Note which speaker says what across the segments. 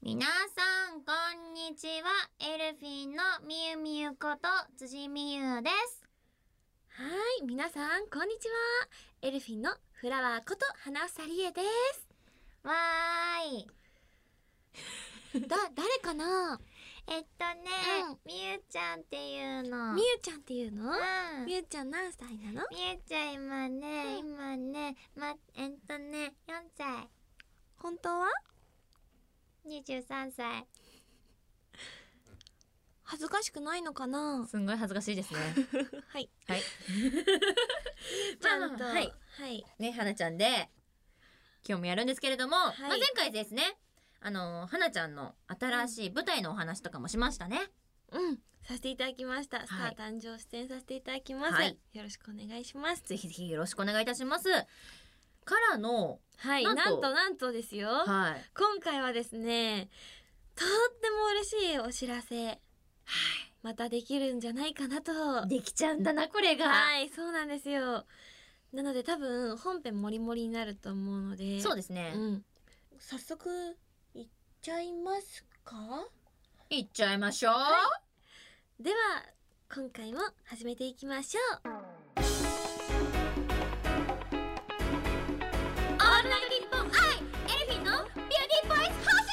Speaker 1: 皆さん、こんにちは。エルフィンのみゆみゆこと辻みゆです。
Speaker 2: はい、皆さん、こんにちは。エルフィンのフラワーこと花房理恵です。
Speaker 1: わーい。
Speaker 2: だ、誰かな
Speaker 1: えっとね
Speaker 2: うん、
Speaker 1: みゆちゃんっていうの。
Speaker 2: みゆちゃんっていうの
Speaker 1: うん
Speaker 2: みゆちゃん何歳なの
Speaker 1: みゆちゃん今ね、
Speaker 2: う
Speaker 1: 今ね、ま、えっとね、4歳、
Speaker 2: 本当は
Speaker 1: 23歳。
Speaker 2: 恥ずかしくないのかな
Speaker 3: すんごい恥ずかし いですね。
Speaker 2: はい。
Speaker 3: はい。
Speaker 2: ちゃんと、
Speaker 3: まあはい。
Speaker 2: はい。
Speaker 3: ね、はなちゃんで、今日もやるんですけれども、
Speaker 2: い
Speaker 3: まあ、前回ですね、あの、はなちゃんの新しい舞台のお話とかもしましたね。
Speaker 2: うん。させていただきました。スタ
Speaker 3: はい
Speaker 2: ー誕生出演させていただきます。
Speaker 3: はい
Speaker 2: よろしくお願いします。
Speaker 3: ぜひぜひよろしくお願いいたします。からの、
Speaker 2: はい。
Speaker 3: な
Speaker 2: なんん
Speaker 3: と
Speaker 2: となんとですよ。
Speaker 3: はい。
Speaker 2: 今回はですね、とっても嬉しいお知らせ。またできるんじゃないかなと。
Speaker 3: できちゃうんだな、これが。
Speaker 2: はい、そうなんですよ。なので多分本編もりもりになると思うので。
Speaker 3: そうですね。
Speaker 2: うん。早速いっちゃいますか。
Speaker 3: いっちゃいましょう。
Speaker 2: では今回も始めていきましょう。
Speaker 3: オールナイトニッポンアイエルフィンのビューティーボイスハウス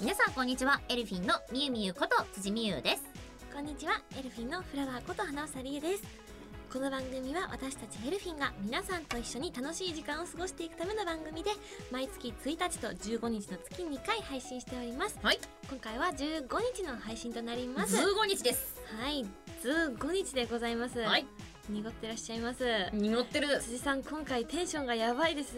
Speaker 3: 皆さんこんにちはエルフィンのみゆみゆこと辻みゆです
Speaker 2: こんにちは、エルフィンのフラワーこと花尾さりえです。この番組は私たちエルフィンが皆さんと一緒に楽しい時間を過ごしていくための番組で毎月1日と15日の月2回配信しております。
Speaker 3: はい
Speaker 2: 今回は15日の配信となります。
Speaker 3: 15日です
Speaker 2: はい、15日でございます。
Speaker 3: はい
Speaker 2: 濁ってらっしゃいます。
Speaker 3: 濁ってる
Speaker 2: 辻さん、今回テンションがやば いです。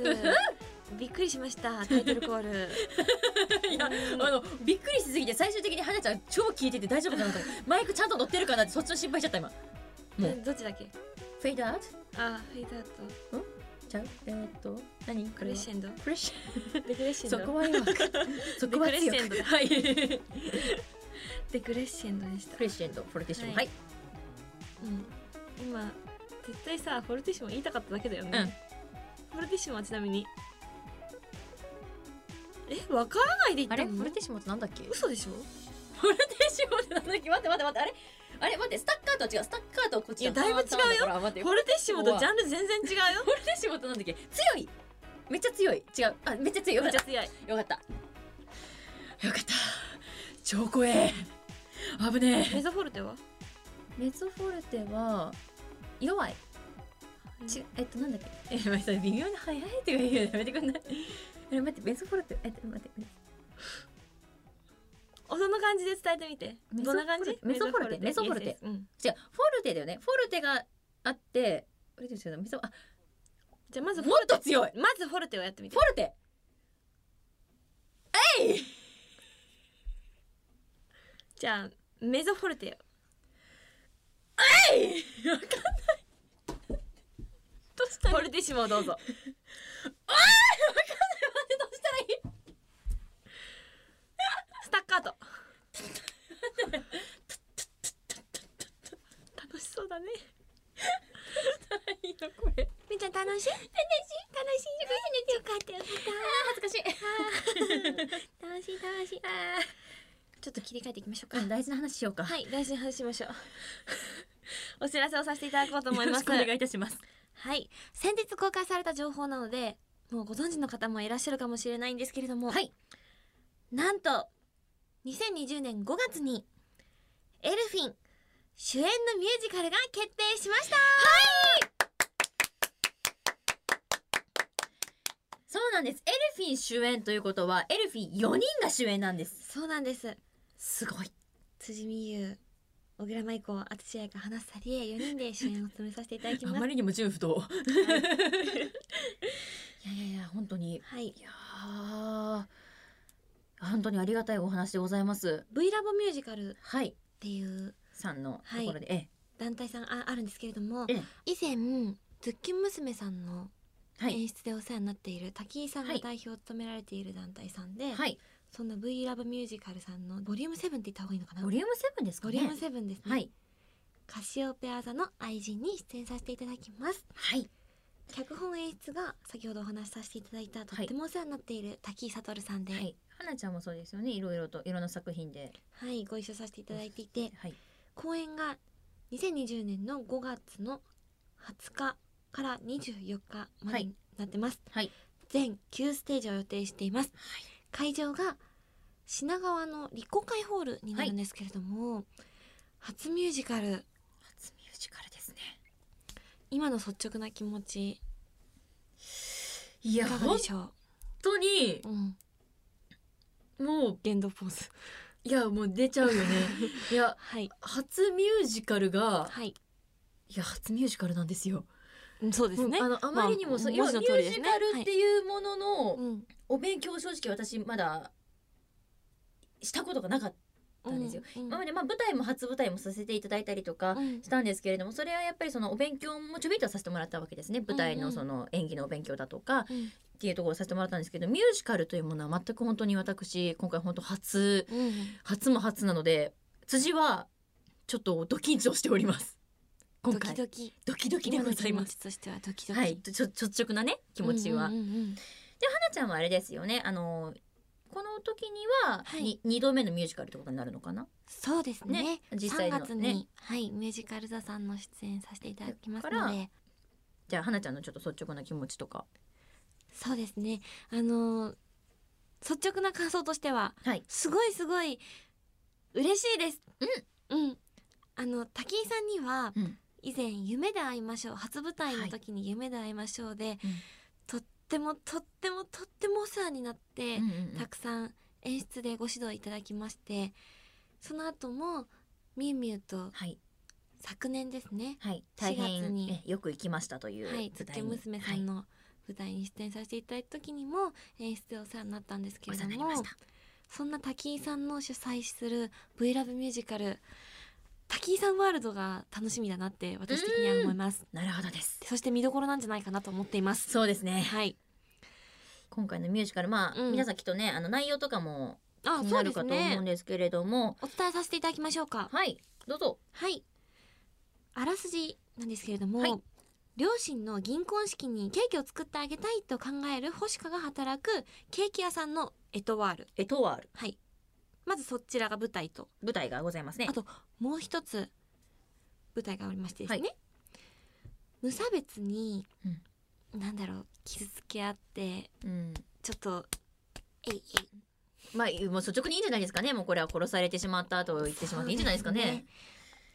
Speaker 2: びっくりしました。タイトルコール。
Speaker 3: いやあのびっくりしすぎて最終的に花ちゃん超聞いてて大丈夫かなと思ってマイクちゃんと乗ってるかなってそっちの心配しちゃった今もう
Speaker 2: どっちだっけ？
Speaker 3: フェイドアウト
Speaker 2: あ、フェイドアウト、
Speaker 3: ちゃうえーっと何
Speaker 2: クレッシェンド、
Speaker 3: クレッシェン
Speaker 2: デクレッシェン
Speaker 3: そ
Speaker 2: ド、
Speaker 3: こは 弱くそこは強
Speaker 2: デクレッシェンド
Speaker 3: く
Speaker 2: だ
Speaker 3: はいク
Speaker 2: デクレッシェンドでした。
Speaker 3: レッシェンドフォルティッシモ
Speaker 2: は
Speaker 3: はいい
Speaker 2: うん。今絶対さ、フォルティッシモ言いたかっただけだよね。フォルティッシモはちなみに。え、わからないで言
Speaker 3: あ
Speaker 2: っ
Speaker 3: れ
Speaker 2: た
Speaker 3: フ
Speaker 2: の
Speaker 3: ォル？ティッシモってなんだっけ
Speaker 2: 嘘でしょ？
Speaker 3: フォルティッシモってなんだっけ待って待って待ってあれあれ待ってスタッカーと違うスタッカーとこっち
Speaker 2: いやだいぶ違うよ
Speaker 3: よ待って
Speaker 2: フ
Speaker 3: フ
Speaker 2: ォ
Speaker 3: ォ
Speaker 2: ルティッシモとジャンル全然違うよ。
Speaker 3: ルティッシモってなんだっけ強いめっちゃ強い違うあめっちゃ強いよかっ
Speaker 2: めっちゃ
Speaker 3: た
Speaker 2: 強い。
Speaker 3: よかったよかった超怖え危ね
Speaker 2: メゾフォルテは？
Speaker 3: メゾフォルテは弱いちえっとなんだっけえ待って微妙な早いって言うのやめてくんない え待ってメゾフォルテえっと待って
Speaker 2: おその感じで伝えてみて。
Speaker 3: メソ
Speaker 2: どんな感じ？
Speaker 3: メソフォルテメソフォルテ
Speaker 2: イエスですうん。
Speaker 3: 違うフォルテだよねフォルテがあってフォルテ違うなメゾあ
Speaker 2: じゃあまずフォ
Speaker 3: もっ
Speaker 2: ルテ
Speaker 3: と強い
Speaker 2: まずフォルテをやってみて
Speaker 3: フ。ォルテえい
Speaker 2: じゃあメゾフォルテよ。
Speaker 3: えいわかんないどうした
Speaker 2: フ
Speaker 3: ら
Speaker 2: ォルティシモをどうぞ。
Speaker 3: どうしたらいい
Speaker 2: スタッ カート。楽しそうだね。
Speaker 3: いいのこれ
Speaker 2: みーちゃん楽しい？楽しい。楽しい。よかったよかっ
Speaker 3: 恥ずかしい
Speaker 2: た。楽しい楽しい。ちょっと切り替えていきましょうか。
Speaker 3: 大事な話しようか
Speaker 2: はい、大事に話しましょう。 お知らせをさせていただこうと思
Speaker 3: よ
Speaker 2: い
Speaker 3: ろ
Speaker 2: ま
Speaker 3: し
Speaker 2: す
Speaker 3: く。お願いいたします
Speaker 2: はい、先日公開された情報なので、もうご存知の方もいらっしゃるかもしれないんですけれども、
Speaker 3: はい
Speaker 2: なんと、2020年5月に、エルフィン、主演のミュージカルが決定しました
Speaker 3: そうなんですエルフィン主演ということはエルフィン4人が主演なんです
Speaker 2: そうなんです。
Speaker 3: すごい
Speaker 2: 辻美優、小倉舞子、私彩香、花さりえ、4人で主演を務めさせていただきます。
Speaker 3: りにも純不動いやいやいや本当に
Speaker 2: はい
Speaker 3: い。やー本当にありがたいお話でございます
Speaker 2: V ラボミュージカルっ
Speaker 3: はい
Speaker 2: ていう
Speaker 3: さんのところで、え
Speaker 2: 団体さんああるんですけれども
Speaker 3: ええ、
Speaker 2: 以前、ズッキュン娘さんの
Speaker 3: えはい
Speaker 2: 演出でお世話になっている滝井さんが
Speaker 3: はい
Speaker 2: 代表を務められている団体さんで、
Speaker 3: はい
Speaker 2: そんな V ラブミュージカルさんのボリューム7って言った方がいいのかな
Speaker 3: ボリュームセブンですか
Speaker 2: ボ
Speaker 3: ね
Speaker 2: リューム7ですね、
Speaker 3: はい
Speaker 2: カシオペア座の愛人に出演させていただきます
Speaker 3: はい
Speaker 2: 脚本演出が先ほどお話しさせていただいたとってもお世話になっている滝井悟さんで、
Speaker 3: は
Speaker 2: はい
Speaker 3: い花ちゃんもそうですよねいろいろといろんな作品で
Speaker 2: ご一緒させていただいていて
Speaker 3: はい
Speaker 2: 公演が2020年の5月の20日から24日までになってます、
Speaker 3: はい
Speaker 2: 全9ステージを予定しています、会場が品川の立候会ホールになるんですけれども、初ミュージカ
Speaker 3: 初
Speaker 2: ル
Speaker 3: ミュージカルですね
Speaker 2: 今の率直な気持ち
Speaker 3: い
Speaker 2: い
Speaker 3: や
Speaker 2: かが
Speaker 3: 本
Speaker 2: でしょ
Speaker 3: 当に
Speaker 2: う、うん、
Speaker 3: もう
Speaker 2: 連動ポーズ
Speaker 3: いやもう出ちゃうよ ねいや
Speaker 2: はい
Speaker 3: 初ミュージカルが
Speaker 2: はい、
Speaker 3: いや初ミュージカルなんですよ
Speaker 2: うんそうですね、
Speaker 3: うんあのあまりにも、
Speaker 2: まあ
Speaker 3: そう
Speaker 2: 文字の通
Speaker 3: ミ
Speaker 2: りで
Speaker 3: ュー
Speaker 2: す
Speaker 3: ジ
Speaker 2: ね
Speaker 3: カルっていうものの、
Speaker 2: うん
Speaker 3: お勉強正直私まだしたことがなかったんですよ、
Speaker 2: うん
Speaker 3: 今までまあ舞台も初舞台もさせていただいたりとか
Speaker 2: うん
Speaker 3: したんですけれどもそれはやっぱりそのお勉強もちょびっとさせてもらったわけですね舞台
Speaker 2: うんう
Speaker 3: の
Speaker 2: ん
Speaker 3: その演技のお勉強だとかっ
Speaker 2: うん
Speaker 3: ていうところをさせてもらったんですけどミュージカルというものは全く本当に私今回本当初
Speaker 2: うん
Speaker 3: 初も初なので辻はちょょっとド緊張しております今
Speaker 2: ド
Speaker 3: 回
Speaker 2: キ
Speaker 3: ド
Speaker 2: ドキ
Speaker 3: キドキで
Speaker 2: 今
Speaker 3: ご
Speaker 2: の
Speaker 3: ざ
Speaker 2: 気
Speaker 3: い
Speaker 2: 持
Speaker 3: ます
Speaker 2: ちとしてはドキドキ、
Speaker 3: はいちょちょ率直なね気持ちは、
Speaker 2: うんうんうんうん
Speaker 3: 花ちゃんはあれですよねあのこの時には、
Speaker 2: はい
Speaker 3: に二度目のミュージカルってことになるのかな
Speaker 2: そうですね
Speaker 3: ね実際の
Speaker 2: 3月に、
Speaker 3: ね
Speaker 2: はいミュージカル座さんの出演させていただきます
Speaker 3: だ
Speaker 2: の
Speaker 3: か
Speaker 2: で
Speaker 3: じゃあ花ちゃんのちょっと率直な気持ちとか
Speaker 2: そうですねあのー率直な感想としては
Speaker 3: はい
Speaker 2: すごいすごい嬉しいですうん、あの滝井さんには
Speaker 3: うん
Speaker 2: 以前「夢で会いましょう」初舞台の時に「夢で会いましょうで」
Speaker 3: うん
Speaker 2: とってもとってもとってもお世話になって、
Speaker 3: うんうん
Speaker 2: たくさん演出でご指導いただきましてその後もみゆみゆと
Speaker 3: はい
Speaker 2: 昨年ですね
Speaker 3: はい大
Speaker 2: 4月
Speaker 3: 変
Speaker 2: に
Speaker 3: ねよく行きましたという
Speaker 2: はい、
Speaker 3: 舞
Speaker 2: つっ
Speaker 3: 台
Speaker 2: け
Speaker 3: に
Speaker 2: 娘さん
Speaker 3: はい
Speaker 2: の舞台に出演させていただいた時にも演出でお世話になったんですけ
Speaker 3: お
Speaker 2: れ
Speaker 3: 世話
Speaker 2: ど
Speaker 3: になり
Speaker 2: も
Speaker 3: ました
Speaker 2: そんな滝井さんの主催する V ラブミュージカル滝井さんワールドが楽しみだなって私的には思います
Speaker 3: なるほどです
Speaker 2: そして見どころなんじゃないかなと思っています
Speaker 3: そうですね
Speaker 2: はい
Speaker 3: 今回のミュージカルまあ、
Speaker 2: うん
Speaker 3: 皆さんきっとねあの内容とかも気
Speaker 2: あ
Speaker 3: に
Speaker 2: そ
Speaker 3: な
Speaker 2: うで
Speaker 3: る
Speaker 2: す
Speaker 3: かと思う
Speaker 2: ね
Speaker 3: んですけれども、
Speaker 2: お伝えさせていただきましょうか
Speaker 3: はいどうぞ
Speaker 2: はいあらすじなんですけれども、
Speaker 3: はい
Speaker 2: 両親の銀婚式にケーキを作ってあげたいと考える星香が働くケーキ屋さんのエトワール
Speaker 3: エトワール
Speaker 2: はい。まずそちらが舞台と、
Speaker 3: 舞台がございますね
Speaker 2: あともう一つ舞台がありましてですね。無差別に、なんだろう傷つけ合って
Speaker 3: うん
Speaker 2: ちょっとえいえい
Speaker 3: まあもう率直にいいんじゃないですかねもうこれは殺されてしまったと言ってしまっていいんじゃないですかね
Speaker 2: そうですね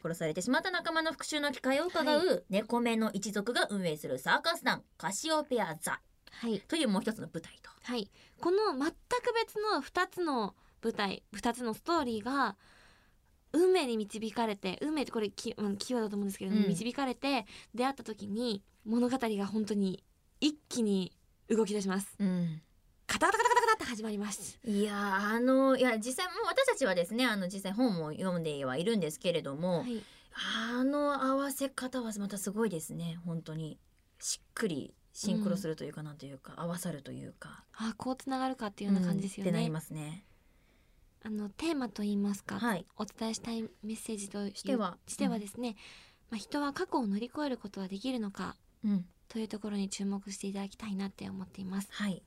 Speaker 3: 殺されてしまった仲間の復讐の機会を伺う猫目の一族が運営するサーカス団カシオペア座
Speaker 2: はい
Speaker 3: というもう一つの舞台と
Speaker 2: はい。この全く別の二つの舞台二つのストーリーが運命に導かれて運命ってこれキ,、うん、キーワードだと思うんですけれども、
Speaker 3: うん
Speaker 2: 導かれて出会った時に物語が本当に一気に動き出します。カタカタカタカタカタって始まります。
Speaker 3: いやーあのいや実際もう私たちはですねあの実際本も読んではいるんですけれども、
Speaker 2: はい。
Speaker 3: あの合わせ方はまたすごいですね本当にしっくりシンクロするというかなんというか、合わさるというか
Speaker 2: あこうつながるかっていうような感じですよ
Speaker 3: うんってな
Speaker 2: ね
Speaker 3: り。ますね
Speaker 2: あのテーマと言いますか、
Speaker 3: はい
Speaker 2: お伝えしたいメッセージと
Speaker 3: しては
Speaker 2: してはですね、まあ人は過去を乗り越えることはできるのか
Speaker 3: うん
Speaker 2: というところに注目していただきたいなって思っています。
Speaker 3: はい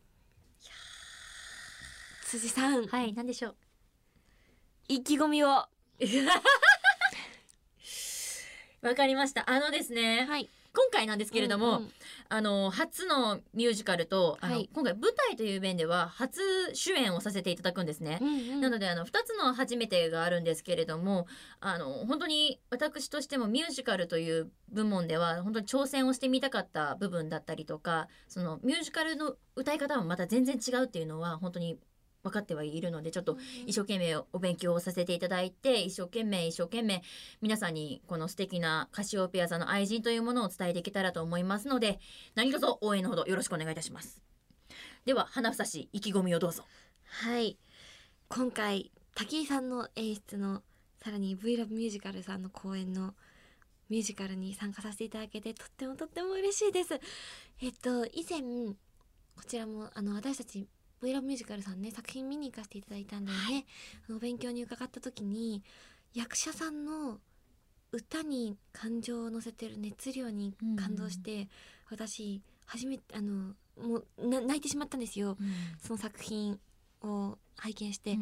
Speaker 2: 辻さん、
Speaker 3: はい何でしょう
Speaker 2: 意気込みを。は
Speaker 3: わかりました。あのですね、
Speaker 2: い。
Speaker 3: 今回なんですけれども、
Speaker 2: うんうん
Speaker 3: あの初のミュージカルと、あの
Speaker 2: はい
Speaker 3: 今回舞台という面では初主演をさせていただくんですね。
Speaker 2: うんうん
Speaker 3: なのであの2つの初めてがあるんですけれどもあの本当に私としてもミュージカルという部門では本当に挑戦をしてみたかった部分だったりとかそのミュージカルの歌い方もまた全然違うっていうのは本当に分かってはいるのでちょっと一生懸命お勉強をさせていただいて一生懸命一生懸命皆さんにこの素敵なカシオペア座の愛人というものをお伝えできたらと思いますので何卒応援のほどよろしくお願いいたしますでは花房氏意気込みをどうぞ
Speaker 2: はい。今回、滝井さんの演出の、さらに V ラブミュージカルさんの公演のミュージカルに参加させていただけて、とってもとっても嬉しいです。えっと、以前、こちらも、あの、私たち、V ラブミュージカルさんね、作品見に行かせていただいたんだよね。あのお勉強に伺った時に、役者さんの歌に感情を乗せてる熱量に感動して、私初めてあのもうな泣いてしまったんですよその作品を拝見して、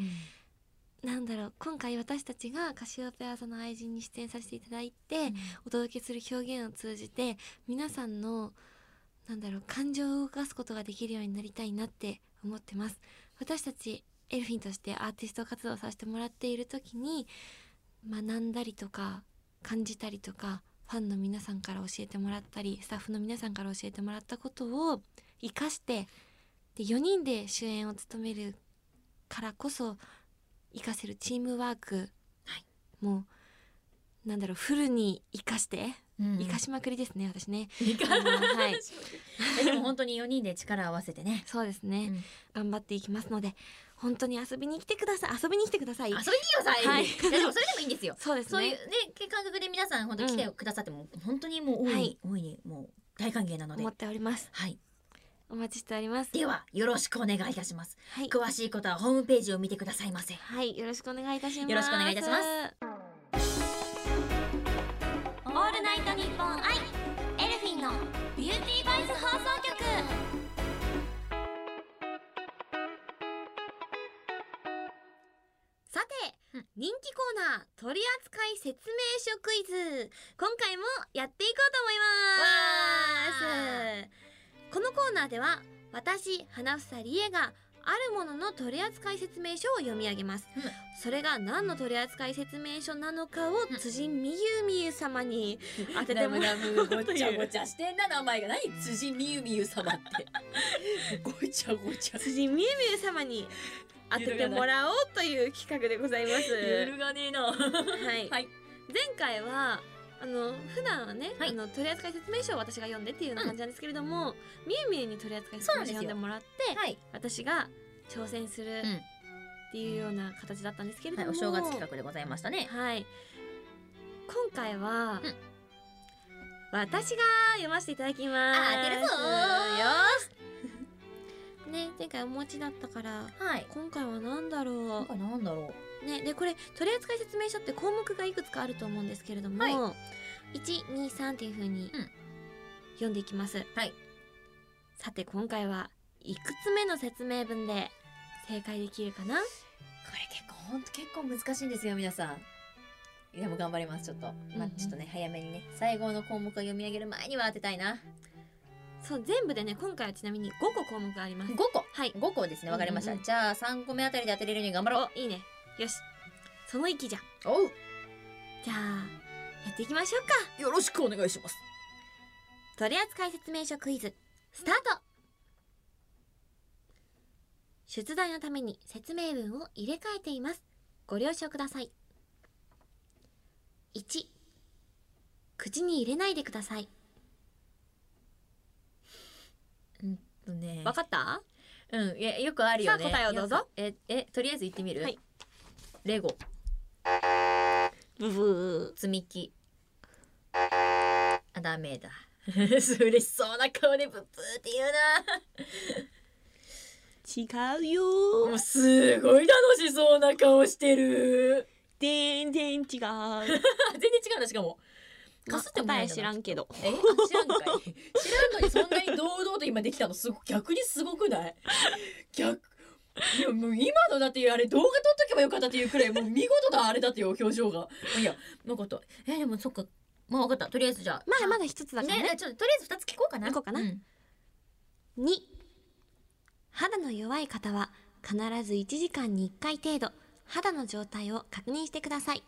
Speaker 2: なんだろう今回私たちがカシオペアさんの愛人に出演させていただいて、お届けする表現を通じて皆さんのなんだろう感情を動かすことができるようになりたいなって思ってます私たちエルフィンとしてアーティスト活動をさせてもらっている時に学んだりとか感じたりとかファンの皆さんから教えてもらったりスタッフの皆さんから教えてもらったことを生かしてで4人で主演を務めるからこそ生かせるチームワーク
Speaker 3: はい
Speaker 2: もうなんだろうフルに生かして生か
Speaker 3: し
Speaker 2: しまくりですね、私 ね。
Speaker 3: 生か
Speaker 2: あのはい、
Speaker 3: でも本当に4人で力を合わせてね
Speaker 2: そうですね、頑張っていきますので、本当に遊びに来てください。遊びに来てください
Speaker 3: 遊。びに来てくださ い、
Speaker 2: はい
Speaker 3: いやでもそれでもいいんですよ
Speaker 2: そうですね。
Speaker 3: そういうね感覚で皆さん本当来てくださっても、本当にもう大いに、大いにもう大歓迎なので
Speaker 2: 思っております。
Speaker 3: はい
Speaker 2: お待ちしております。
Speaker 3: ではよろしくお願いいたします
Speaker 2: はい、
Speaker 3: 詳しいことはホームページを見てくださいませ
Speaker 2: はい、よろしくお願いいたします。。
Speaker 3: よろしくお願いいたします
Speaker 1: オールナイトニッポンアイエルフィンのビューティーバイス放送 局
Speaker 2: さて、
Speaker 3: うん
Speaker 2: 人気コーナー取扱説明書クイズ。今回もやっていこうと思います。このコーナーでは私花房理恵があるものの取扱説明書を読み上げます、
Speaker 3: うん
Speaker 2: それが何の取扱説明書なのかを
Speaker 3: うん
Speaker 2: 辻美優美優様に当ててもらう
Speaker 4: ごちゃご
Speaker 2: う
Speaker 4: ちゃしてんな名前が何辻みゆみゆ様ってごちゃごちゃ
Speaker 2: 辻美優美優様に当ててもらおうという企画でございます
Speaker 4: 揺るがねえな
Speaker 2: はい、
Speaker 4: はい
Speaker 2: 前回はあの普段はね、
Speaker 3: はい
Speaker 2: あの取扱説明書を私が読んでっていうような感じなんですけれども、みゆみゆに取扱説
Speaker 3: そうな
Speaker 2: 明
Speaker 3: ん
Speaker 2: 書
Speaker 3: ですよ
Speaker 2: 読んでもらって
Speaker 3: はい、
Speaker 2: 私が挑戦す
Speaker 3: う
Speaker 2: る
Speaker 3: ん
Speaker 2: っていうような形だったんですけれど
Speaker 3: はい、
Speaker 2: も、
Speaker 3: お正月企画でございましたね
Speaker 2: はい今回は、
Speaker 3: うん
Speaker 2: 私が読ませていただきます
Speaker 3: あ当てるぞ
Speaker 2: よーしね前回お餅だったから
Speaker 3: はい
Speaker 2: 今回は何だ
Speaker 3: な
Speaker 2: ろ
Speaker 3: んかなんだろ
Speaker 2: うねでこれ取扱説明書って項目がいくつかあると思うんですけれども、
Speaker 3: はい
Speaker 2: 123っていう風
Speaker 3: う
Speaker 2: に
Speaker 3: ん
Speaker 2: 読んでいきます、
Speaker 3: はい
Speaker 2: さて今回はいくつ目の説明文で正解できるかな
Speaker 3: うこれ結構本当結構難しいんですよ皆さんでも頑張りますちょっと、まあ、ちょっとね早めにね最後の項目を読み上げる前には当てたいな
Speaker 2: そう全部でね今回はちなみに5個項目があります
Speaker 3: 5個
Speaker 2: はい
Speaker 3: 5個ですねわかりました、
Speaker 2: うんうん
Speaker 3: じゃあ3個目あたりで当てれるように頑張ろう
Speaker 2: いいねよしその息じゃ
Speaker 3: おう
Speaker 2: じゃあやっていきましょうか
Speaker 4: よろしくお願いします
Speaker 2: 取扱説明書クイズスタート出題のために説明文を入れ替えていますご了承ください1口に入れないでください
Speaker 3: とね
Speaker 2: わかった
Speaker 3: うんいやよくあるよね
Speaker 2: さあ答えをどうぞ
Speaker 3: よくええとりあえず言ってみる、
Speaker 2: はい
Speaker 3: レゴ
Speaker 2: ブブ
Speaker 3: 積み木あダ メだ嬉しそうな顔でブッブーって言う
Speaker 2: ー違うよ
Speaker 4: もうすごい楽しそうな顔してる
Speaker 2: 全然違 う
Speaker 4: 全然違うなしかもかすってもないんだな
Speaker 2: 答んけど
Speaker 4: えあ知らんのかい知らんのにそんなに堂々と今できたのすご逆にすごくない逆いやもう今のだってあれ動画撮っとけばよかったっていうくらいもう見事なあれだってよ表情がいやなかった
Speaker 3: なえでもそっかまあわかったとりあえずじゃあ
Speaker 2: まあまだ一つだから
Speaker 3: ね
Speaker 2: ね
Speaker 3: ちょっととりあえず二つ聞こうかな
Speaker 2: 聞こうかなん2肌の弱い方は必ず1時間に1回程度肌の状態を確認してください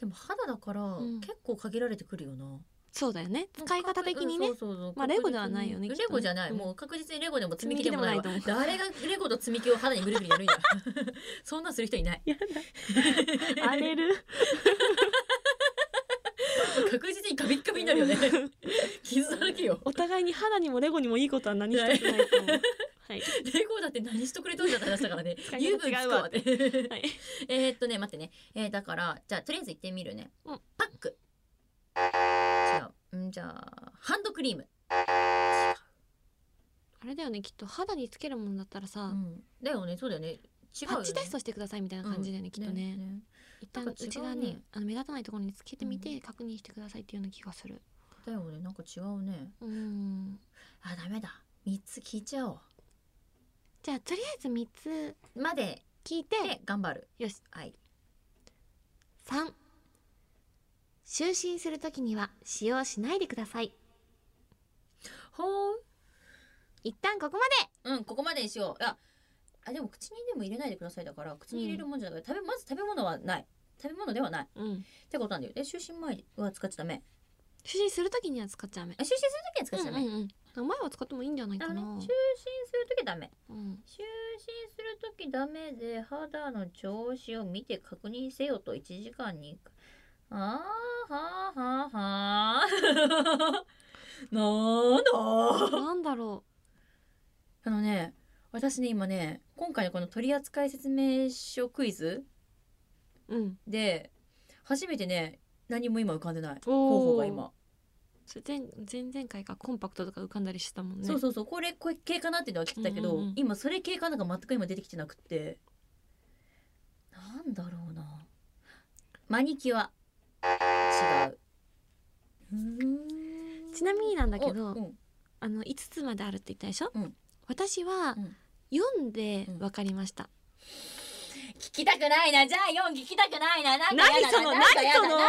Speaker 3: でも肌だから、
Speaker 2: ん
Speaker 3: 結構限られてくるよな
Speaker 2: そうだよね使い方的に
Speaker 3: う
Speaker 2: ね
Speaker 3: んそうそうそう
Speaker 2: まあレゴではないよね
Speaker 3: 確
Speaker 2: きっ
Speaker 3: 実にレ
Speaker 2: とね
Speaker 3: ゴじゃない、
Speaker 2: うん
Speaker 3: もう確実にレゴでも積み木でもないわ
Speaker 2: 積み木でも
Speaker 3: 誰がレゴと積み木を肌にぐるぐるやるんや そんなんする人いない
Speaker 2: 荒れる
Speaker 3: 確実にカビッカビになるよ ね傷だらけよ
Speaker 2: お互いに肌にもレゴにもいいことは何
Speaker 3: 一つ
Speaker 2: ないと思うはい
Speaker 3: レゴだって何しとくれとんじゃって話だからね
Speaker 2: 使い方
Speaker 3: 油分使うわ って
Speaker 2: はい
Speaker 3: えーっとね待ってねえーだからじゃあとりあえず行ってみるね、
Speaker 2: うん
Speaker 3: パック違うんじゃあハンドクリーム、
Speaker 2: あれだよねきっと肌につけるものだったら
Speaker 3: う
Speaker 2: さ、
Speaker 3: ん、だよねそうだよね違う
Speaker 2: パ
Speaker 3: よ
Speaker 2: ッ
Speaker 3: ね
Speaker 2: チテストしてくださいみたいな感じだよね、きっとね一旦
Speaker 3: なんか違うね
Speaker 2: 内側にあの目立たないところにつけてみ
Speaker 3: う
Speaker 2: て確認してくださいっていうような気がする
Speaker 3: だよねなんか違うね
Speaker 2: うん
Speaker 3: あダメだ三つ聞いちゃお
Speaker 2: じゃあとりあえず3つ
Speaker 3: うまで
Speaker 2: 聞いて
Speaker 3: で頑張る
Speaker 2: よし
Speaker 3: はい
Speaker 2: 3就寝するときには使用しないでください
Speaker 3: ほ
Speaker 2: 一旦ここまで
Speaker 3: ううんここまでにしようああでも口にでも入れないでくださいだから口に入れるもんじゃないから、食べまず食べ物はない食べ物ではない
Speaker 2: うん
Speaker 3: ってことなんだよで就寝前は使っちゃダメ
Speaker 2: 就寝するときには使っちゃダメ
Speaker 3: あ就寝する時は使っちゃダメ、
Speaker 2: うんうんうん、前は使ってもいいんじゃない
Speaker 3: あ
Speaker 2: か
Speaker 3: の
Speaker 2: な、
Speaker 3: ね就寝する時ダメ
Speaker 2: うん、
Speaker 3: 就寝するときダメで肌の調子を見て確認せよと1時間に1回あーはーはーはー なーなー
Speaker 2: なんだろ
Speaker 3: あのね私ね今ね今回のこの取扱説明書クイズ
Speaker 2: ううん
Speaker 3: で初めてね何も今浮かんでない
Speaker 2: おー
Speaker 3: 候補が今、
Speaker 2: それ前前々回かコンパクトとか浮かんだりしてたもんね
Speaker 3: そうそうそうこれこれ系かなっていうのは聞いたけど、
Speaker 2: うんうんうん
Speaker 3: 今それ系かなんか全く今出てきてなくってなんだろうなマニキュア違う
Speaker 2: ちなみになんだけど、
Speaker 3: おうん
Speaker 2: あの5つまであるって言ったでしょ、
Speaker 3: うん
Speaker 2: 私は
Speaker 3: うん
Speaker 2: 読んで分かりました、
Speaker 3: 聞きたくないなじゃあ4聞きたくないななんか
Speaker 2: 何
Speaker 3: やだ
Speaker 2: その
Speaker 3: なな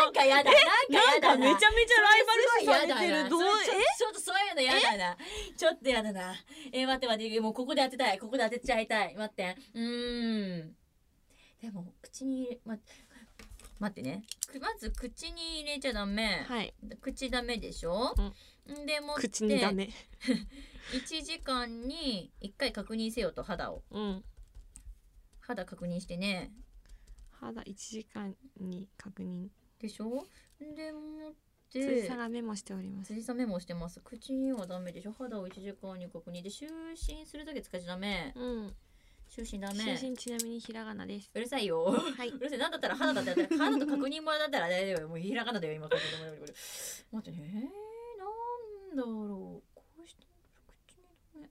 Speaker 3: んかやだ
Speaker 2: 何
Speaker 3: なんかやだなんかやだな
Speaker 2: ゃめち
Speaker 3: それすごい嫌だなそれちょちょっとそういうのやだなちょっとやだなえー、待って待ってもうここで当てたいここで当てちゃいたい待ってうーんでも口に入れ、ま、待ってねくまず口に入れちゃダメ、
Speaker 2: はい
Speaker 3: 口ダメでしょ、ん、でもって
Speaker 2: 口にだね
Speaker 3: 1時間に1回確認せよと肌を
Speaker 2: うん
Speaker 3: 肌確認してね
Speaker 2: 肌1時間に確認
Speaker 3: でしょでもって
Speaker 2: 辻さんがメモしております
Speaker 3: 辻さんメモしてます口にはダメでしょ肌を1時間に確認で就寝する時使っちゃダメ
Speaker 2: うん
Speaker 3: 就寝ダメ
Speaker 2: 就寝ちなみにひらがなです
Speaker 3: うるさいよ
Speaker 2: はいう
Speaker 3: るさいなんだったら肌だったら肌と確認もだったら大丈夫よもうひらがなだよ今これこれこれこれ待ってねえー、なんだろうこうして口にダメ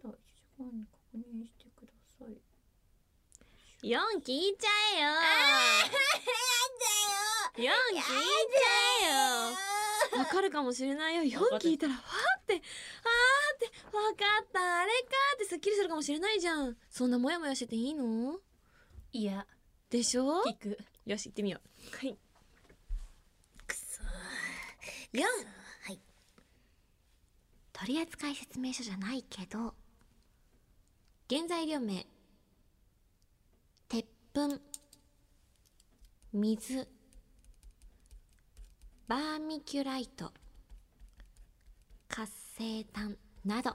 Speaker 3: 肌1時間に確認してください
Speaker 2: 4聞いちゃえよ4聞いちゃえよわかるかもしれないよ
Speaker 3: わか
Speaker 2: 4
Speaker 3: ってる
Speaker 2: 聞いたらわーってわーってわかったあれかってすっきりするかもしれないじゃんそんなモヤモヤしてていいの
Speaker 3: いや
Speaker 2: でしょ
Speaker 3: 聞く
Speaker 2: よし行ってみようはい
Speaker 3: くそ
Speaker 2: 4
Speaker 3: はい
Speaker 2: 取扱説明書じゃないけど原材料名鉄粉水バーミキュライト活性炭など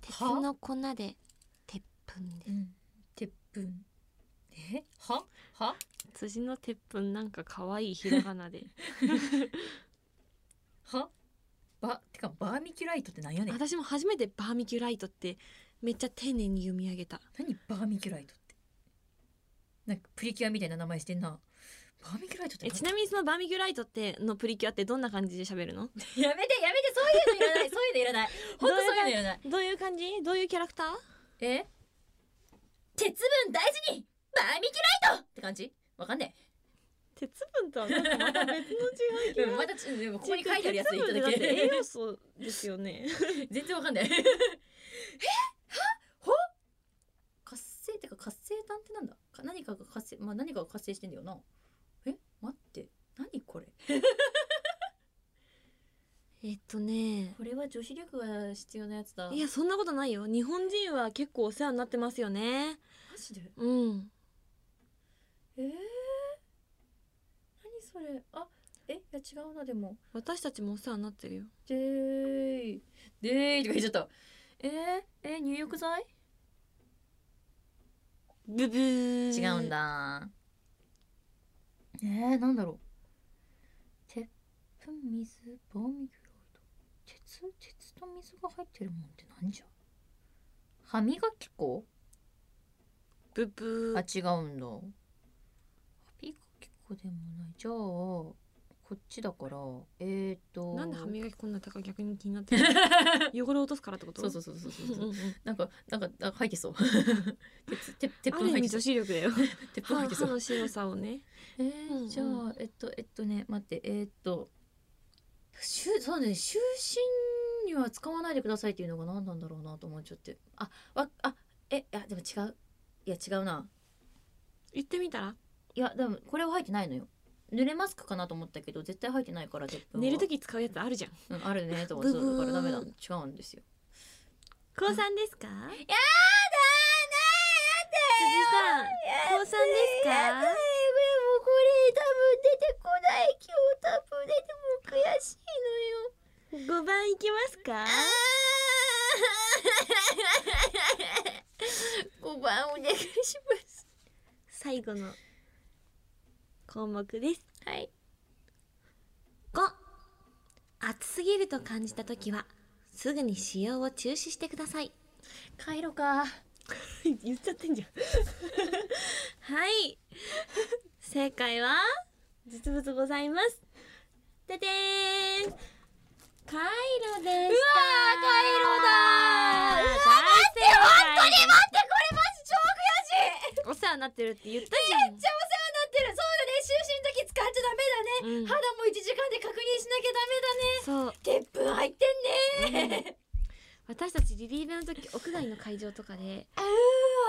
Speaker 2: 鉄の粉で鉄粉で
Speaker 3: うん鉄粉えはは
Speaker 2: 辻の鉄粉なんか可愛いひらがなで
Speaker 3: はばてかバーミキュライトってなんやねん
Speaker 2: 私も初めてバーミキュライトってめっちゃ丁寧に読み上げた
Speaker 3: 何バーミキュライトってなんかプリキュアみたいな名前してんなバーミキュライトって
Speaker 2: えちなみにそのバーミキュライトってのプリキュアってどんな感じで喋るの
Speaker 3: やめてやめてそういうのいら ないそういうのいらない本当そういうのいらない
Speaker 2: どういう感じどういうキャラクター
Speaker 3: え鉄分大事にバーミキュライトって感じわかんね
Speaker 2: 鉄分とはなんかまた別の違
Speaker 3: え、うん、またちでもここに書いてあるやついただ
Speaker 2: 鉄分ってだって栄
Speaker 3: け
Speaker 2: 養素ですよね
Speaker 3: 全然わかんないえはほ活性ってか活性炭ってなんだか何かが活性まあ何かが活性してんだよなえ待って何これ
Speaker 2: えっとね
Speaker 3: これは女子力が必要なやつだ
Speaker 2: いやそんなことないよ日本人は結構お世話になってますよね
Speaker 3: マジで
Speaker 2: うん
Speaker 3: えー、何それあえいや違うなでも
Speaker 2: 私たちもお世話になってるよ
Speaker 3: でーいでーいとか言っちゃったえー、え入浴剤
Speaker 2: ブブー
Speaker 3: 違うんだえー、なんだろう鉄粉水バーミキュライト鉄鉄と水が入ってるもんって何じゃ歯磨き粉
Speaker 2: ブブー
Speaker 3: 違うんだ歯磨き粉でもないじゃあこっ
Speaker 1: ちだからえっ、と
Speaker 2: なんで歯磨きこんな高い逆に気になってる 汚れ落とすからってこと
Speaker 3: そうそううそうそうそうそうん
Speaker 2: うんうん
Speaker 3: なんかなんかなんか入ってそう 鉄鉄鉄
Speaker 2: あ
Speaker 3: 粉
Speaker 2: る意
Speaker 3: 入っ
Speaker 2: 味
Speaker 3: てそ
Speaker 2: 女
Speaker 3: う
Speaker 2: 子力だ よ
Speaker 3: 鉄粉
Speaker 2: 歯
Speaker 3: 入ってそ
Speaker 2: 歯
Speaker 3: う
Speaker 2: の白さをね
Speaker 3: え
Speaker 2: うんうん
Speaker 3: ー、じゃあえっとえっとね待ってえーっと終そうだね終身には使わないでくださいっていうのが何なんだろうなと思っちゃってあわあえあでも違ういや違うな
Speaker 2: 言ってみたら
Speaker 3: いやでもこれは入ってないのよ濡れマスクかなと思ったけど絶対入ってないから鉄粉は
Speaker 2: 寝る時使うやつあるじゃん
Speaker 3: うん、あるねとか
Speaker 2: ブ
Speaker 3: そ
Speaker 2: ブ
Speaker 3: う
Speaker 2: ー
Speaker 3: だからダメだ違うんですよ
Speaker 2: 高三ですか辻さん、高三ですか。もうこれ多分出てこない
Speaker 1: 今日タップ出ても悔しいのよ
Speaker 2: 五番いきますか。
Speaker 1: 5番お願いします
Speaker 2: 最後の項目です。
Speaker 1: はい
Speaker 2: 五。暑すぎると感じたときは、すぐに使用を中止してください。
Speaker 3: 帰ろうか
Speaker 2: 言っちゃってんじゃん。はい。正解は実物ございます。ででーん。カイロでした。うわー、カイロだー。待っ
Speaker 1: で
Speaker 2: て、本当に待
Speaker 1: これマジ超悔しい
Speaker 2: って。お世話になってるって言った
Speaker 4: お世
Speaker 2: じゃん。
Speaker 4: 話になってるそうだね就寝時使っちゃダメだね
Speaker 2: うん
Speaker 4: 肌も1時間で確認しなき
Speaker 2: そう
Speaker 4: ゃダメだね鉄粉入ってんね
Speaker 2: 私たちリリーベの時屋外の会場とかで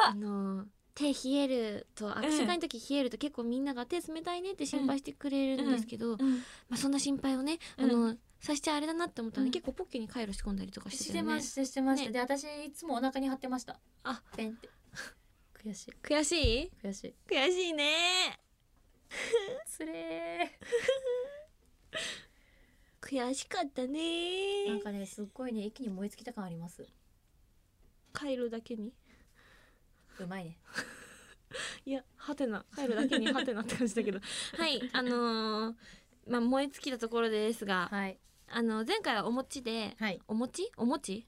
Speaker 2: あのー手冷えると握手会の時冷えると結構みんなが手冷たいねって心配してくれるんですけど、
Speaker 3: うん
Speaker 2: まあ、そんな心配をね、
Speaker 3: うん
Speaker 2: あのさしてあれだなって思ったの
Speaker 3: う
Speaker 2: で、
Speaker 3: ん
Speaker 2: 結構ポッケにカイロ仕込んだりとかして
Speaker 3: したて
Speaker 2: よね
Speaker 3: ましたしてました、
Speaker 2: ね
Speaker 3: で私いつもお腹に貼ってました
Speaker 2: あ
Speaker 3: ペンって悔しい
Speaker 2: 悔しい
Speaker 3: 悔しい
Speaker 2: 悔しいね
Speaker 3: つれ
Speaker 2: 悔しかったね
Speaker 3: ーなんかねすっごいね一気に燃え尽きた感あります
Speaker 2: カイロだけに
Speaker 3: うまいね
Speaker 2: いやハテナカイロだけにハテナって感じだけ どはいあのーまあ燃え尽きたところですが、
Speaker 3: はい
Speaker 2: あの前回はお餅で
Speaker 3: はい
Speaker 2: お餅お餅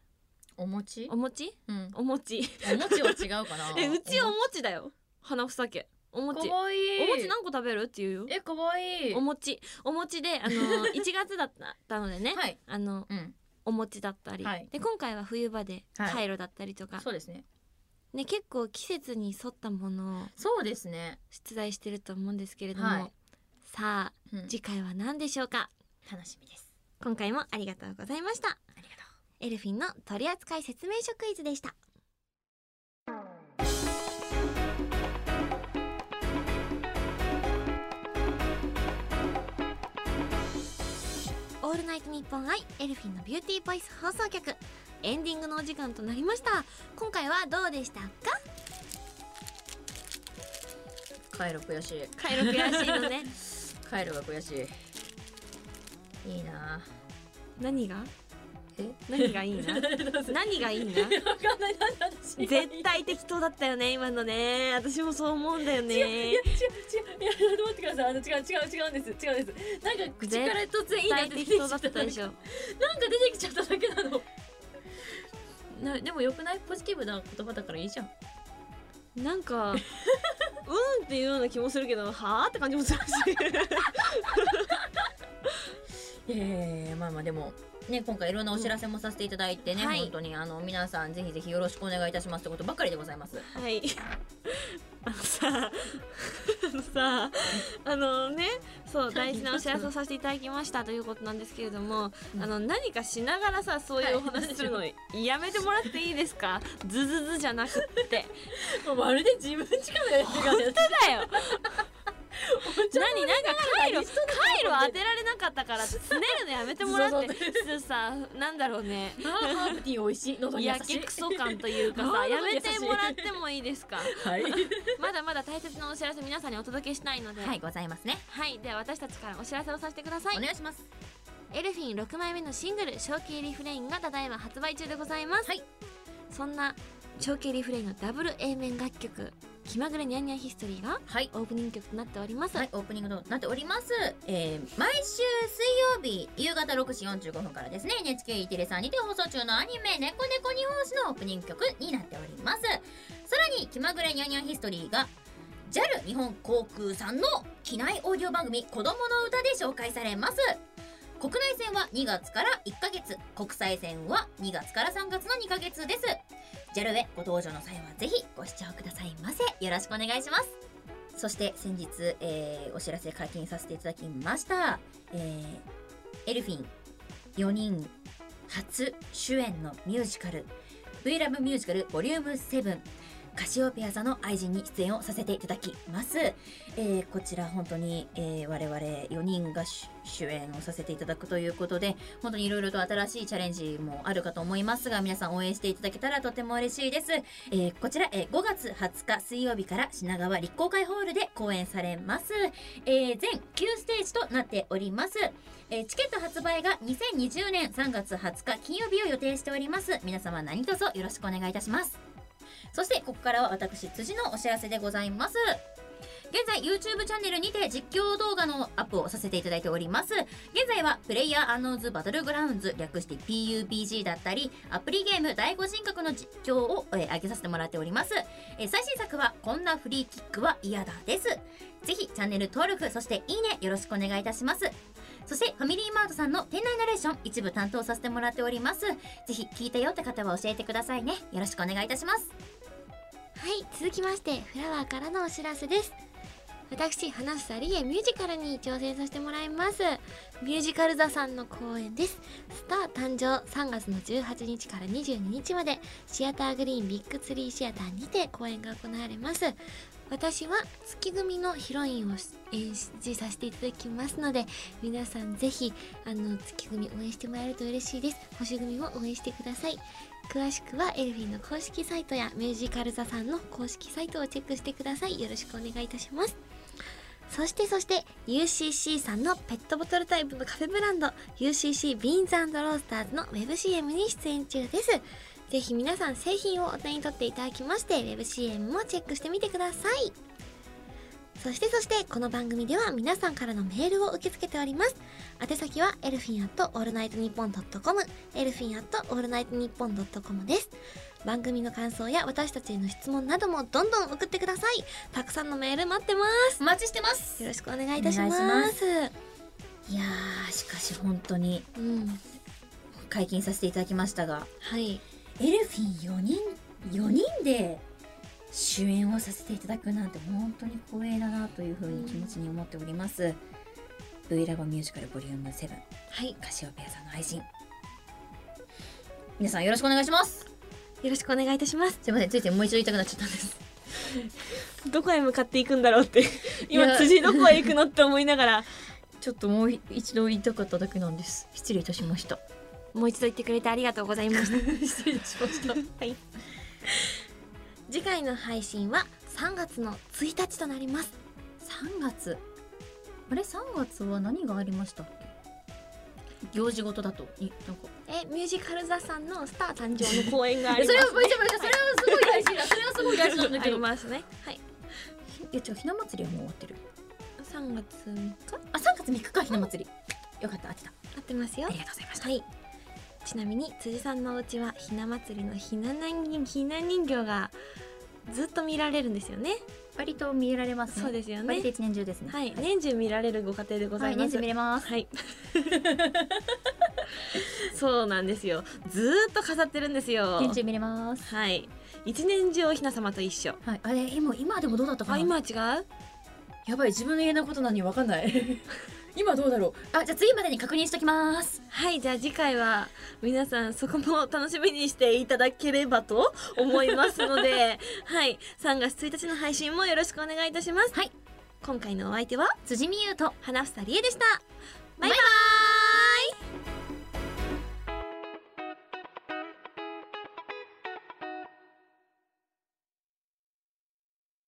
Speaker 3: お餅
Speaker 2: お餅
Speaker 3: うん
Speaker 2: お餅
Speaker 3: お餅は違うかな
Speaker 2: えうちお餅だよ花ふさけお
Speaker 3: お餅
Speaker 2: 餅
Speaker 3: かわいい
Speaker 2: お餅何個食べるって言うよ
Speaker 3: えかわいい
Speaker 2: お餅お餅で あの1月だったのでね、
Speaker 3: はい
Speaker 2: あの
Speaker 3: うん
Speaker 2: お餅だったり、
Speaker 3: はい
Speaker 2: で今回は冬場で
Speaker 3: はい
Speaker 2: カイロだったりとか、
Speaker 3: そうですね
Speaker 2: ね結構季節に沿ったものを
Speaker 3: そうですね
Speaker 2: 出題してると思うんですけれども、
Speaker 3: はい
Speaker 2: さあ
Speaker 3: うん
Speaker 2: 次回は何でしょうか
Speaker 3: 楽しみです
Speaker 2: 今回もありがとうございました
Speaker 3: ありがとう
Speaker 2: エルフィンの取扱説明書クイズでしたオールナイトニッポンアイエルフィンのビューティーボイス放送局エンディングのお時間となりました今回はどうでしたか
Speaker 3: カイロ悔しい
Speaker 2: カイロ悔 しいのね
Speaker 3: カイロが悔しいいいな
Speaker 2: 何が
Speaker 3: え
Speaker 2: 何がいい な 何がいいな
Speaker 4: わかんないなんだ私
Speaker 2: 絶対適当だったよね今のね私もそう思うんだよね
Speaker 4: いや違う違ういやちょっと待ってくださいあの違う違う違うんです違うんですなんか口から突然いい
Speaker 2: 絶
Speaker 4: なっ
Speaker 2: 対
Speaker 4: て出て
Speaker 2: 適
Speaker 4: きちゃ
Speaker 2: 当だ
Speaker 4: っ
Speaker 2: ったた
Speaker 4: だけ
Speaker 2: でしょ
Speaker 4: なんか出てきちゃっただけなの
Speaker 3: なでもよくないポジティブな言葉だからいいじゃん
Speaker 2: なん かうんっていうような気もするけどはあって感じもするし
Speaker 3: いやいやいやまあまあでもね今回いろんなお知らせもさせていただいてね、
Speaker 2: うんはい
Speaker 3: 本当にあの皆さんぜひぜひよろしくお願いいたしますってことばかりでございます
Speaker 2: はいあのさあのさあのねそう大事なお知らせをさせていただきましたということなんですけれども、
Speaker 3: うん
Speaker 2: あの何かしながらさそういうお話するのやめてもらっていいですかズズズじゃなく って
Speaker 4: もうまるで自分力でやってる
Speaker 2: 本当 だよ何なんか回路
Speaker 4: リスト
Speaker 2: 回路当てられなかったからってすねるのやめてもらってさなんだろうね
Speaker 4: ハーブティー美味しい喉に優
Speaker 2: や
Speaker 4: し
Speaker 2: け
Speaker 4: い
Speaker 2: くそ感というかさ
Speaker 4: あー
Speaker 2: やめてもらってもいいですか
Speaker 4: はい
Speaker 2: まだまだ大切なお知らせ皆さんにお届けしたいのでは、
Speaker 3: はいいございますね、
Speaker 2: では私たちからお知らせをさせてください
Speaker 3: お願いします
Speaker 2: エルフィン6枚目のシングル「正気リフレイン」がただいま発売中でございます、
Speaker 3: はい
Speaker 2: そんな「正気リフレイン」のダブル A 面楽曲「気まぐれニャンニャンヒストリー」が
Speaker 3: はい
Speaker 2: オープニング曲となっております、
Speaker 3: はい、オープニングとなっております、えー毎週水曜日夕方6時45分からですね NHK テレさんにて放送中のアニメ「猫猫日本史」のオープニング曲になっておりますさらに「気まぐれニャンニャンヒストリー」が JAL 日本航空さんの機内オーディオ番組「子どもの歌」で紹介されます国内線は2月から1ヶ月国際線は2月から3月の2ヶ月です JAL へご搭乗の際はぜひご視聴くださいませよろしくお願いしますそして先日、えーお知らせ解禁させていただきました、えーエルフィン4人初主演のミュージカル V ラブミュージカルボリューム7カシオペア座の愛人に出演をさせていただきます、えーこちら本当に、えー我々4人が主主演をさせていただくということで本当にいろいろと新しいチャレンジもあるかと思いますが皆さん応援していただけたらとても嬉しいです、えーこちら、えー5月20日水曜日から品川立公会ホールで公演されます、えー全9ステージとなっておりますえーチケット発売が2020年3月20日金曜日を予定しております皆様何卒よろしくお願いいたしますそしてここからは私辻のお知らせでございます現在 YouTube チャンネルにて実況動画のアップをさせていただいております現在はプレイヤーアンノーズバトルグラウンズ略して PUBG だったりアプリゲーム第5人格の実況を、えー上げさせてもらっております、えー最新作はこんなフリーキックは嫌だですぜひチャンネル登録そしていいねよろしくお願いいたしますそしてファミリーマートさんの店内ナレーション一部担当させてもらっております。ぜひ聞いたよって方は教えてくださいね。よろしくお願いいたします。
Speaker 2: はい、続きましてフラワーからのお知らせです。私、花房理恵ミュージカルに挑戦させてもらいます。ミュージカル座さんの公演です。スター誕生3月の18日から22日までシアターグリーンビッグツリーシアターにて公演が行われます。私は月組のヒロインを演じさせていただきますので皆さんぜひあの月組応援してもらえると嬉しいです星組も応援してください詳しくはエルフィンの公式サイトやミュージカル座さんの公式サイトをチェックしてくださいよろしくお願いいたしますそしてそして UCC さんのペットボトルタイプのカフェブランド UCC ビーンズロースターズの WebCM に出演中ですぜひ皆さん製品をお手に取っていただきまして WebCM もチェックしてみてくださいそしてそしてこの番組では皆さんからのメールを受け付けております宛先はエルフィンアットオールナイトニッポンドットコムエルフィンアットオールナイトニッポンドットコムです番組の感想や私たちへの質問などもどんどん送ってくださいたくさんのメール待ってます
Speaker 3: お待ちしてます。
Speaker 2: よろしくお願いいたします
Speaker 3: お願いいやー、しかし本当に
Speaker 2: うん
Speaker 3: 解禁させていただきましたが、
Speaker 2: はい
Speaker 3: エルフィン4人、4人で主演をさせていただくなんて本当に光栄だなというふうに気持ちに思っております。V ラボミュージカルボリューム7、
Speaker 2: はい
Speaker 3: カシオペアさんの愛人。皆さんよろしくお願いします。
Speaker 2: よろしくお願いいたします
Speaker 3: すいません、ついてもう一度言いたくなっちゃったんです。
Speaker 2: どこへ向かっていくんだろうって
Speaker 3: いや
Speaker 2: どこへ行くのって思いながら
Speaker 3: ちょっともう一度言いたかっただけなんです。失礼いたしました。
Speaker 2: もう一度言ってくれてありがとうございました
Speaker 3: 失礼いたしました。
Speaker 2: はい。次回の配信は3月の1日となります。
Speaker 3: 三月。あれ三月は何がありましたっけ？行事事だと、いなんか。
Speaker 2: え、ミュージカル座さんのスター誕生の公演があ
Speaker 3: え
Speaker 2: り
Speaker 3: そ
Speaker 2: ま
Speaker 3: れは
Speaker 2: す。
Speaker 3: めちゃめちゃそれはすごい大事だ。それはすごい大事なんだ
Speaker 2: あ
Speaker 3: け
Speaker 2: り
Speaker 3: ど。
Speaker 2: ますね。はい。
Speaker 3: え、ちょひな祭りはもう終わってる。
Speaker 2: 3月3日
Speaker 3: あ、三月三日かひな祭り。よかった、合ってた。
Speaker 2: 合ってますよ
Speaker 3: あり。がとうございました。
Speaker 2: はい。ちなみに辻さんのお家はひな祭りのひな人ひな人形がずっと見られるんですよね。
Speaker 3: 割と見られま
Speaker 2: そうですよ
Speaker 3: 割と
Speaker 2: ね。
Speaker 3: 一年中ですね。
Speaker 2: はい、年中見られるご家庭でござ
Speaker 3: はいい、
Speaker 2: ま
Speaker 3: 年
Speaker 2: す
Speaker 3: 中見。れます。
Speaker 2: はい。 そうなんですよ。ずーっと飾ってるんですよ。
Speaker 3: 年中見れます。
Speaker 2: はい。一年中おひな様と一緒。
Speaker 3: はい、あれ今今でもどうだったか
Speaker 2: あ、
Speaker 3: な。
Speaker 2: 今は違う。
Speaker 4: やばい自分の家のことなのに分かん ない今どうだろ
Speaker 3: あ、じゃあ次までに確認しときます。
Speaker 2: はい、じゃあ次回は皆さんそこも楽しみにしていただければと思いますの で、はい、3月1日の配信もよろしくお願いいたします。
Speaker 3: はい。
Speaker 2: 今回のお相手は
Speaker 3: 辻美優と
Speaker 2: 花房理恵でした。バイバイ